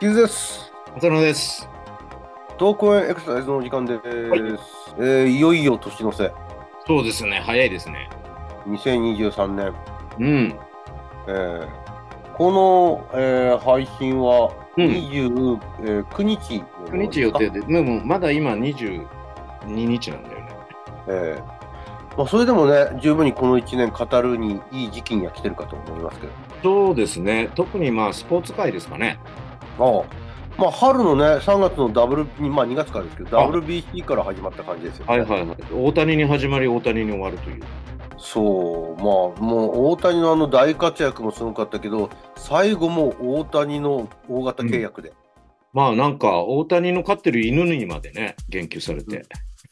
ゆずです。お疲れ様です。トークエクササイズの時間です。はいいえーいよいよ年の瀬、そうですね、早いですね。 2023年。うん。えーこの、えー配信はうん29、えー9日。 9日予定で、もうもうまだ今22日なんだよね。えーまあ、それでもね、十分にこの1年語るにいい時期には来てるかと思いますけど。そうですね、特にまあスポーツ界ですかね。ああまあ、春のね、3月の W、まあ2月からですけど、あ WBC から始まった感じですよ、はいはいはい。大谷に始まり、大谷に終わるという。そう、まあ、もう大谷のあの大活躍もすごかったけど、最後も大谷の大型契約で、まあなんか、大谷の飼ってる犬にまでね、言及されて。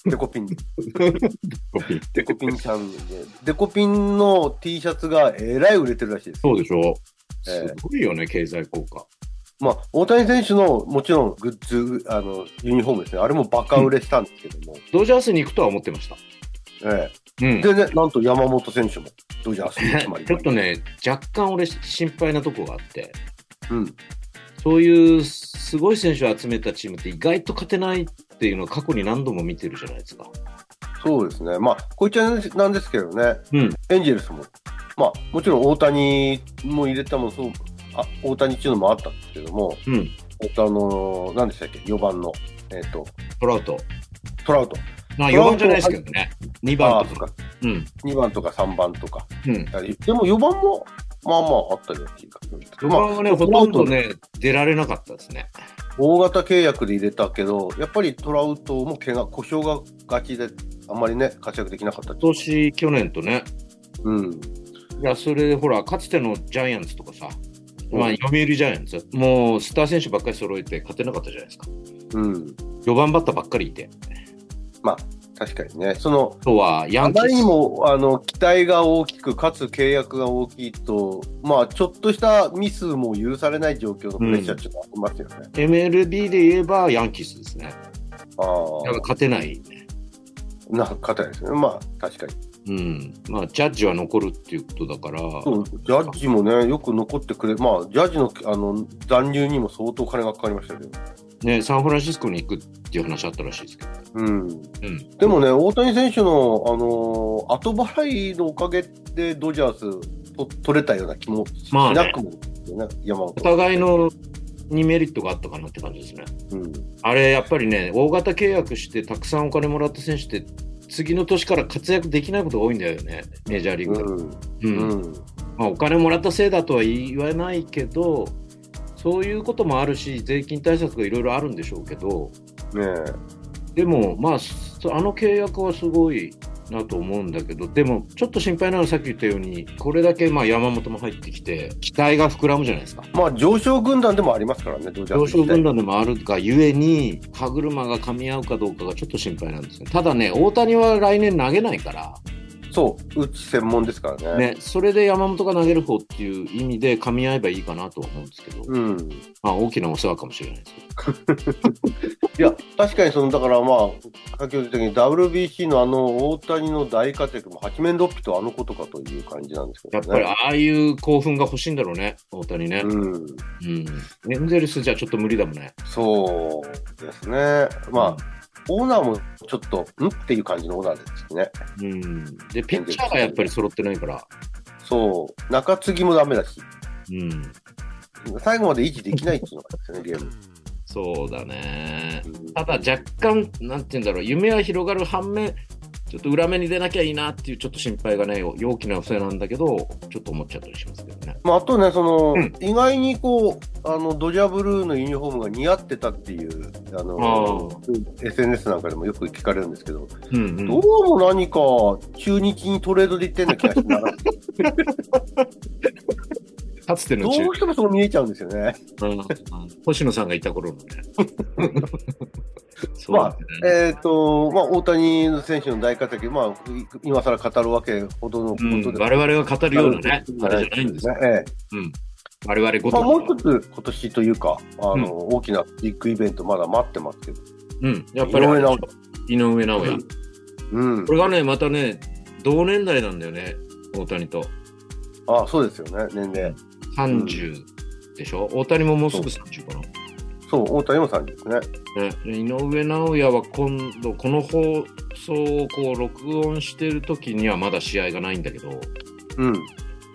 デコ ピン、デでコピンさんで、デコピンの T シャツがえらい売れてるらしいです。そうでしょええすごいよね、経済効果。まあ、大谷選手のもちろんグッズ、あのユニフォームですね、あれもバカ売れしたんですけども、ドジャースに行くとは思ってました。えうんえ、。でね、なんと山本選手も、ドジャースに決まりまちょしったとね、若干俺心配なとこがあって。うん、そういうすごい選手を集めたチームって意外と勝てないっていうのを過去に何度も見てるじゃないですか。そうですね、まあ、こういっちゃなんですけどね、うんエンジェルスも、まあ、もちろん大谷も入れたもそうあ大谷っていうのもあったんですけども、うん。えっと、あのー何でしたっけ、4番の、えっと、トラウト。トラウト、まあト4ラウト番じゃないですけどね。2あ番ーととか。かうん。 2番とか3番とか、うん。でも4番も、まあまああったよっていう感じですけど、4まあ、番はね、ほとんどね、出られなかったですね。大型契約で入れたけど、やっぱりトラウトも怪我、故障がガチで、あんまりね、活躍できなかったってい今う。年、去年とね。うんいや、それでほら、かつてのジャイアンツとかさ、まあ、うん読売ジャイアンツ、もうスター選手ばっかり揃えて勝てなかったじゃないですか。うん、 4番バッターばっかりいて。確かにね、そのあとはヤあンキまりにース。もあの期待が大きく、かつ契約が大きいと、まあ、ちょっとしたミスも許されない状況のプレッシャーっていうのはありますよね。 MLB で言えばヤンキースですね。だからあ勝てない。あ、な方ですね。まあ、確かに。うん、まあジャッジは残るっていうことだから、そうジャッジもね、よく残ってくれ、まあ、ジャッジのあの残留にも相当金がかかりましたけど。ね、サンフランシスコに行くっていう話あったらしいですけど、うん、うん、でもね、大谷選手の、あの後払いのおかげでドジャースと取れたような気もしまあねなくもですよね、山お本。互いのにメリットがあったかなって感じですね。うんあれ、やっぱりね、大型契約してたくさんお金もらった選手って、次の年から活躍できないことが多いんだよね、メジャーリーグで。ううんんうんまあ、お金もらったせいだとは言わないけど、そういうこともあるし、税金対策がいろいろあるんでしょうけど、ねえでも、まあ、そあの契約はすごいなと思うんだけど、でも、ちょっと心配なのはさっき言ったように、これだけまあ山本も入ってきて、期待が膨らむじゃないですか。まあ上昇軍団でもありますからね、ドジャー上ス昇って軍団でもあるがゆえに、歯車が噛み合うかどうかがちょっと心配なんですね。ただね、大谷は来年投げないから、そう、うち専門ですからね。ね、それで山本が投げる方っていう意味で噛み合えばいいかなとは思うんですけど、うん。まあ大きなお世話かもしれないですけど。いや、確かにその、だからまあ、先ほど言ったように WBC のあの大谷の大活躍も八面六臂とあのことかという感じなんですけやどっね。ぱりああいう興奮が欲しいんだろうね、大谷ね。うん。うん。エンゼルスじゃちょっと無理だもんね。そうですね。まあ、オーナーもちょっと、んっていう感じのオーナーですね。うん、で、ピッチャーがやっぱり揃ってないから、そう、中継ぎもダメだし、うん、最後まで維持できないっていうのがですよね、ゲーム。そうだね。うんただ、若干、なんて言うんだろう、夢は広がる反面、ちょっと裏目に出なきゃいいなっていう、ちょっと心配がね、大きな不正なんだけど、ちょっと思っちゃったりしますけどね。まあ、あとね、その、うん意外にこう、あの、ドジャーブルーのユニフォームが似合ってたっていう、あの、SNS なんかでもよく聞かれるんですけど、うんうどん、うも何か、中日にトレードで行ってんだ気がしてならかつてのどう中、してもそう見えちゃうんですよね。うん星野さんがいた頃のね。 そうまだあね、えっ、と、まあ、大谷選手の大活躍、まあ、い今更語るわけほどのことでうん、我々が語るようなね、あれじゃないんですよ。ねえ我々ごえまあ、もうと一く。つ、今年というか、あの、大きなビッグイベント、まだ待ってますけど、うん、やっぱり井上尚井上尚弥。うんこ、れがね、またね、同年代なんだよね、大谷と。あそうですよね、年齢。 30でしょ、大谷ももうすぐ30かな。そう、大谷も30ですね。ね、井上尚弥は今度この放送をこう録音してる時にはまだ試合がないんだけどうん。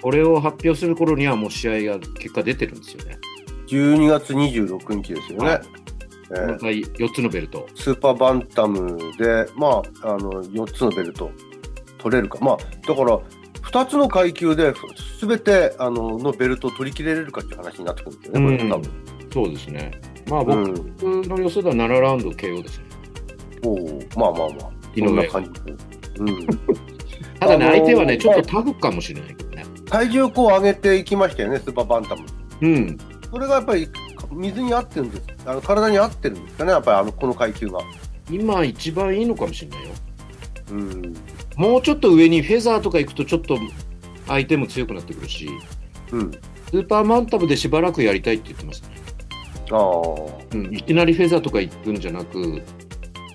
これを発表する頃にはもう試合が結果出てるんですよね。 12月26日ですよね。えまーた4つのベルト。スーパーバンタムで、まあ、あの4つのベルト取れるか、まあ、だから2つの階級で全てあののベルトを取り切れれるかっていう話になってくるんですよね、これ多分。そうですね。まあう僕ん、の予想では7ラウンド KO ですね。おーまあまあまあ、井そんな上。感じ。うん、ただね、あのー相手はね、ちょっとタフかもしれないけどね。体重をこう上げていきましたよね、スーパーバンタム。うん。それがやっぱり水に合ってるんですあの体に合ってるんですかね、やっぱりあのこの階級が。今一番いいのかもしれないよ。うんもうちょっと上にフェザーとか行くとちょっと相手も強くなってくるし、うん、スーパーマンタムでしばらくやりたいって言ってましたね。ああうん、いきなりフェザーとか行くんじゃなく、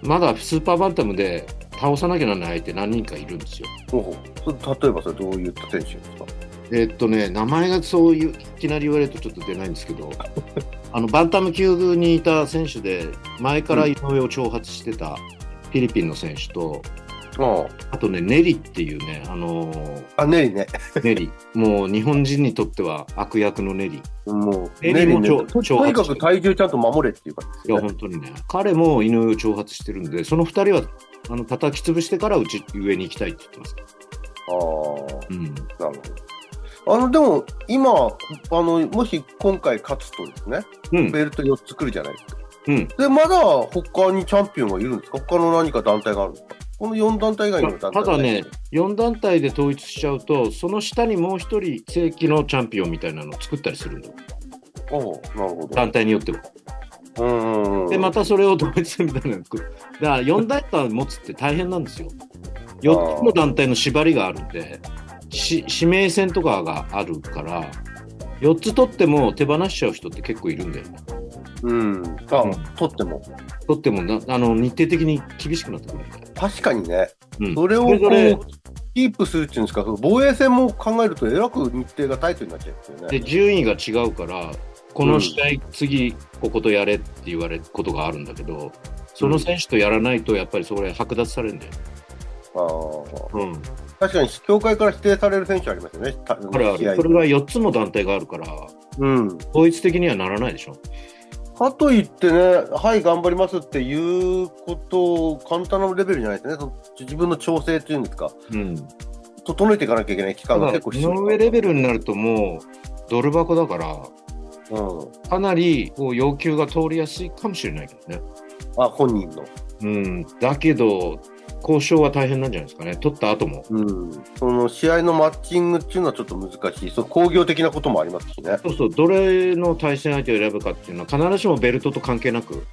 まだスーパーバンタムで倒さなきゃならない相手何人かいるんですよ。ほうほうそれ例えばそれどういった選手ですかえっとね、名前がそういう、いきなり言われるとちょっと出ないんですけど、 あのバンタム級にいた選手で、前から井上を挑発してたフィリピンの選手と、ああとね、ネリっていうね、あのーああネリねネリ、もう日本人にとっては悪役のネリ。もう、ネリもね超と超とにかく体重ちゃんと守れっていう感じいでや、すね。本当にね、彼も井上を挑発してるんで、その2人はあの叩き潰してからうち上に行きたいって言ってます。ああうー、ん、なるほど。あの、でも、今、あの、もし今回勝つとですね、うん、ベルト4つ来るじゃないですか。うん。で、まだ他にチャンピオンがいるんですか他の何か団体があるんですかこの4団体以外の団体ただはね、4団体で統一しちゃうと、その下にもう1人、正規のチャンピオンみたいなのを作ったりするんだよ、ああ、なるほ団体によっては。ど。うんうん。で、またそれを統一するみたいなのを作る。だから、4団体持つって大変なんですよ。4つの団体の縛りがあるんで、し指名戦とかがあるから、4つ取っても手放しちゃう人って結構いるんだよね。うん。あ、取っても。取ってもなあの日程的に厳しくなってくるんだよ。確かにね、うんそれをこうそれぞキープするっていうんですか、その防衛戦も考えると、えらく日程がタイトになっちゃうんですよね。で順位が違うからこの試合、次こことやれって言われることがあるんだけどその選手とやらないとやっぱりそれ剥奪されるんだよ、ああうん、確かに協会から指定される選手ありますよね、たこれはそ試れ合が4つも団体があるからうん。統一的にはならないでしょ。かといってね、はい、頑張りますっていうことを簡単なレベルじゃないですね、その自分の調整っていうんですか、うん、整えていかなきゃいけない期間が結構井上レベルになるともうドル箱だからうん、かなりこう要求が通りやすいかもしれないけどね。あ本人の、うん、だけど交渉は大変なんじゃないですかね取った後も。うん、その試合のマッチングっていうのはちょっと難しい、その工業的なこともありますしね。そうそう、どれの対戦相手を選ぶかっていうのは、必ずしもベルトと関係なく、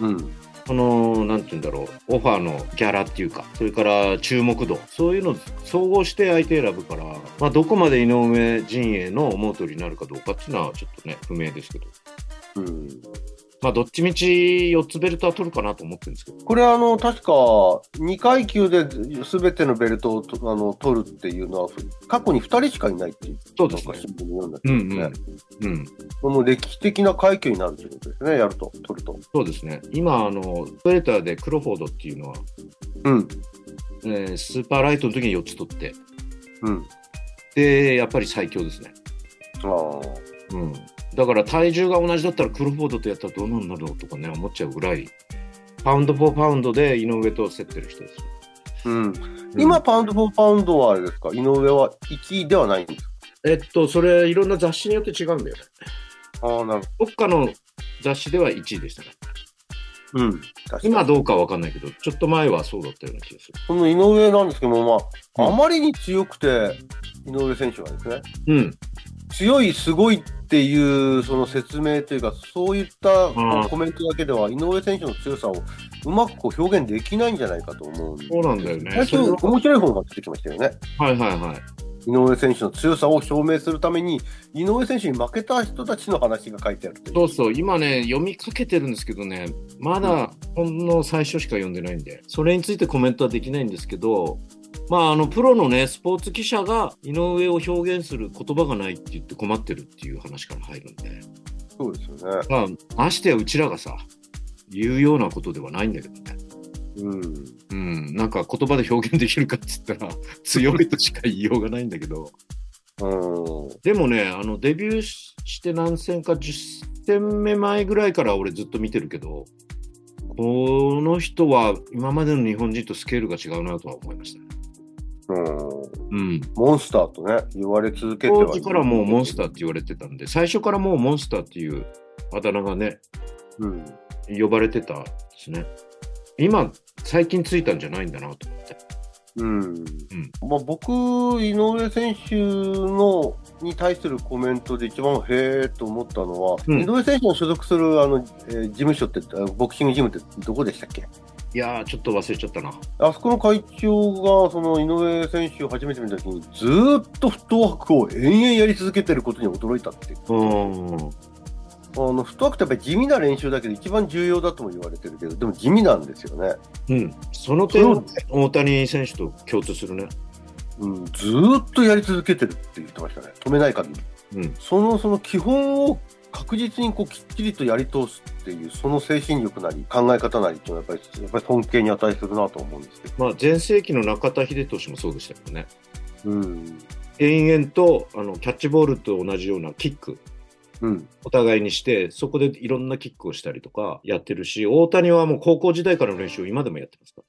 うんこの、なんていうんだろう、オファーのギャラっていうか、それから注目度、そういうのを総合して相手選ぶから、まあ、どこまで井上陣営の思う通りになるかどうかっていうのは、ちょっとね、不明ですけど、うん、まあ、どっちみち4つベルトは取るかなと思ってるんですけど、これあの、確か2階級で全てのベルトをとあの取るっていうのは、過去に2人しかいないっていう、そうなんですかね新。聞に読んだけうどんね。うん、うん、この歴史的な快挙になるということですね、やると、取ると。そうですね。今、あの、ストレーターでクロフォードっていうのは、うん、えースーパーライトの時に4つ取って、うん。で、やっぱり最強ですね。ああ、うん、だから体重が同じだったらクロフォードとやったらどうなんだろうとかね思っちゃうぐらいパウンド・フォー・パウンドで井上と競ってる人ですよ、うん。今、うんパウンド・フォー・パウンドはあれですか、井上は1位ではないんですか。えっとそれいろんな雑誌によって違うんだよねああ、なるどっかの雑誌では1位でしたねほど。うん。確かに今どうかわかんないけどちょっと前はそうだったような気がすその井上なんですけども、まあ、うんあまりに強くて、井上選手はですね、るうん強い、すごいっていう、その説明というか、そういったんコメントだけでは、井上選手の強さをうまくこう表現できないんじゃないかと思うんでそうなんだよね最近、それは面白い本が出てきましたよね。はいはいはい井上選手の強さを証明するために、井上選手に負けた人たちの話が書いてあるという。そうそう今ね読みかけてるんですけどねまだほんの最初しか読んでないんでそれについてコメントはできないんですけどまああのプロのねスポーツ記者が井上を表現する言葉がないって言って困ってるっていう話から入るんでそうですよね。まあ、ましてやうちらがさ、言うようなことではないんだけどね。うん。うん、なんか言葉で表現できるかっつったら、強いとしか言いようがないんだけど。うん。でもね、あの、デビューしして何戦か10戦目前ぐらいから俺ずっと見てるけど、この人は今までの日本人とスケールが違うなとは思いましたね。うん。うん。モンスターとね、言われ続けて当は時からもうモンスターー。って言われてたんで、最初からもうモンスターっていうあだ名がね、うん。呼ばれてたんですね。今、最近ついたんじゃないんだなと思って。うん。まあ、僕、井上選手のに対するコメントで一番へえと思ったのは、うん井上選手の所属するあの、えー事務所って、あボクシングジムってどこでしたっけいやー、ちょっと忘れちゃったな。あそこの会長が、その井上選手を初めて見たときに、ずーっとフットワークを延々やり続けてることに驚いたっていう。うん。あの、フットワークってやっぱり地味な練習だけど、一番重要だとも言われてるけど、でも地味なんですよね。うん。その点そは大谷選手と共通するね。うん、ずーっとやり続けてるって言ってましたね、止めない限り、うんそのその基本を確実にこうきっちりとやり通すっていう、その精神力なり、考え方なりっていうのはやっぱり、やっぱり尊敬に値するなと思うんですけど、まあ、前世紀の中田英寿もそうでしたけどね。うん、延々とあのキャッチボールと同じようなキック、うん、お互いにして、そこでいろんなキックをしたりとかやってるし、大谷はもう高校時代からの練習を今でもやってますか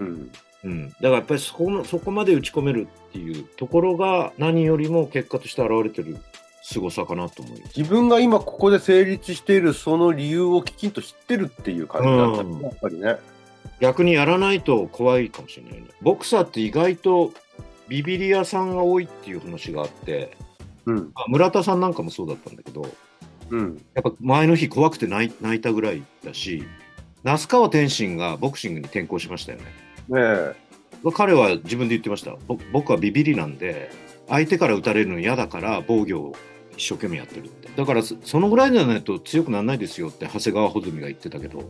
ら。うん、うん、だからやっぱりそこのそこまで打ち込めるっていうところが何よりも結果として現れてる凄さかなと思います。自分が今ここで成立しているその理由をきちんと知ってるっていう感じなんだよねうんやっぱりね。逆にやらないと怖いかもしれないね。ボクサーって意外とビビリ屋さんが多いっていう話があって、うん、あ村田さんなんかもそうだったんだけど、うん、やっぱ前の日怖くて泣い泣いたぐらいだし、那須川天心がボクシングに転向しましたよね。ねえ、彼は自分で言ってました。ぼ僕はビビりなんで、相手から打たれるの嫌だから防御を一生懸命やってるって。だからそそのぐらいじゃないと強くならないですよって長谷川穂積が言ってたけど、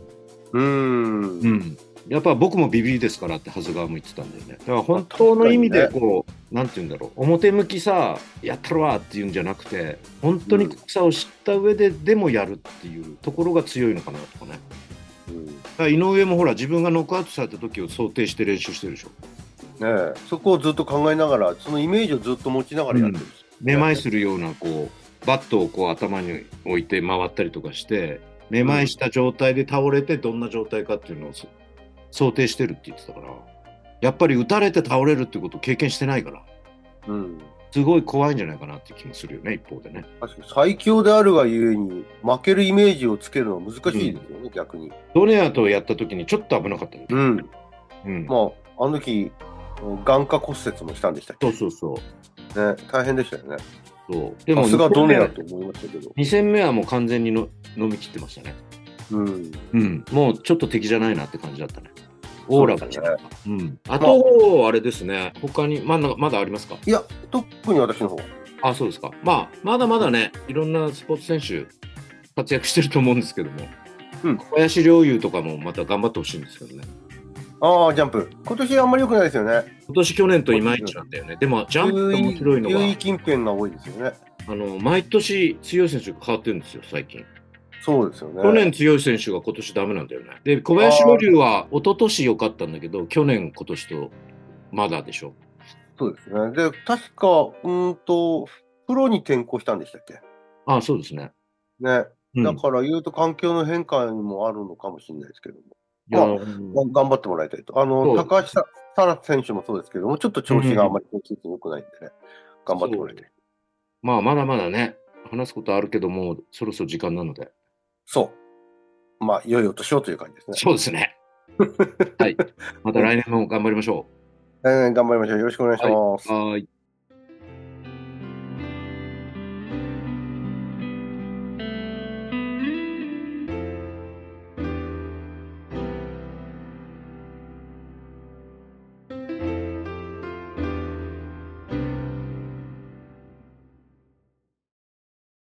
うん、うん。やっぱ僕もビビりですからって長谷川も言ってたんだよね。だから本当の意味でこう、なんて言うんだろう、表向きさ、やったるわっていうんじゃなくて、本当に草を知った上ででもやるっていうところが強いのかなとかね。うんねだから井上もほら自分がノックアウトされた時を想定して練習してるでしょ。え、そこをずっと考えながら、そのイメージをずっと持ちながらやってるし、めまいするようなこうバットをこう頭に置いて回ったりとかしてめまいした状態で倒れてどんな状態かっていうのをそ想定してるって言ってたからやっぱり打たれて倒れるってことを経験してないからうん。すごい怖いんじゃないかなって気もするよね一方でね確かに最強であるがゆえに負けるイメージをつけるのは難しいですよね、逆に。ドネアとやった時にちょっと危なかったんだようん。うんまあ、あの時、眼下骨折もしたんでしたっそうそうそうけね。大変でしたよね。そうでさすが2ド戦ネ目アと思いましたけど。 2戦目はもう完全にの飲み切ってましたねうん。うんもうちょっと敵じゃないなって感じだったねオーラが違そううだねうん、あと、あれですね、他に、まだまだありますかいや、特に私の方は。あ、そうですか。まあ、まだまだね、いろんなスポーツ選手、活躍してると思うんですけども、うん小林陵侑とかもまた頑張ってほしいんですけどね。ああ、ジャンプ。今年あんまり良くないですよね。今年、去年といまいちなんだよね。でも、ジャンプが面白いの優は、位近辺が多いですよね。あの毎年強い選手が変わってるんですよ、最近。そうですよね。去年強い選手が今年ダメなんだよね。で、小林陵侑は一昨年良かったんだけど、去年、今年とまだでしょ。そうですね。で、確か、うーんと、プロに転向したんでしたっけあ、そうですね。ね。うんだから言うと環境の変化にもあるのかもしれないですけども。いやまが頑張ってもらいたいと。あの、そう高橋さ沙羅選手もそうですけども、ちょっと調子があんまり今シーズン良くないんでね、頑張ってもらいたい。まあ、まだまだね、話すことあるけども、そろそろ時間なので。そう。まあ、いよいよとしようという感じですね。そうです ね。はい。また来年も頑張りましょえー頑張りましょう。よろしくお願いします。う。はい。